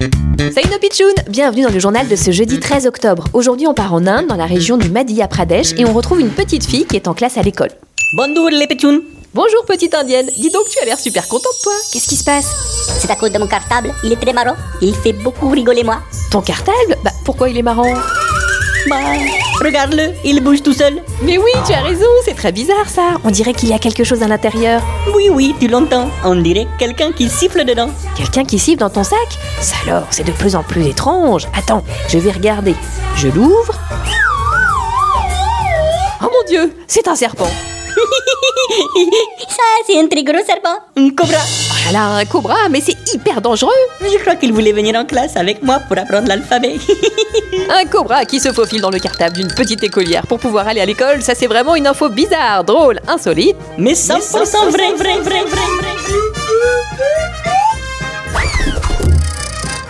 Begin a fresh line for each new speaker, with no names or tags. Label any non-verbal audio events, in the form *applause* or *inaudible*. Salut nos pitchouns Bienvenue dans le journal de ce jeudi 13 octobre. Aujourd'hui, on part en Inde, dans la région du Madhya Pradesh, et on retrouve une petite fille qui est en classe à l'école.
Bonjour les pétounes
Bonjour petite indienne, dis donc tu as l'air super contente toi, qu'est-ce qui se passe
C'est à cause de mon cartable, il est très marrant, il fait beaucoup rigoler moi.
Ton cartable Bah pourquoi il est marrant
Bah, regarde-le, il bouge tout seul.
Mais oui, tu as raison, c'est très bizarre ça, on dirait qu'il y a quelque chose à l'intérieur.
Oui, oui, tu l'entends, on dirait quelqu'un qui siffle dedans.
Quelqu'un qui siffle dans ton sac Ça alors, c'est de plus en plus étrange. Attends, je vais regarder. Je l'ouvre. Oh mon dieu, c'est un serpent.
Ça, c'est un très gros serpent, un cobra.
Oh là là, un cobra, mais c'est hyper dangereux.
Je crois qu'il voulait venir en classe avec moi pour apprendre l'alphabet. *laughs*
Un cobra qui se faufile dans le cartable d'une petite écolière pour pouvoir aller à l'école, ça c'est vraiment une info bizarre, drôle, insolite.
Mais 100%, vrai, vrai, vrai, vrai, vrai.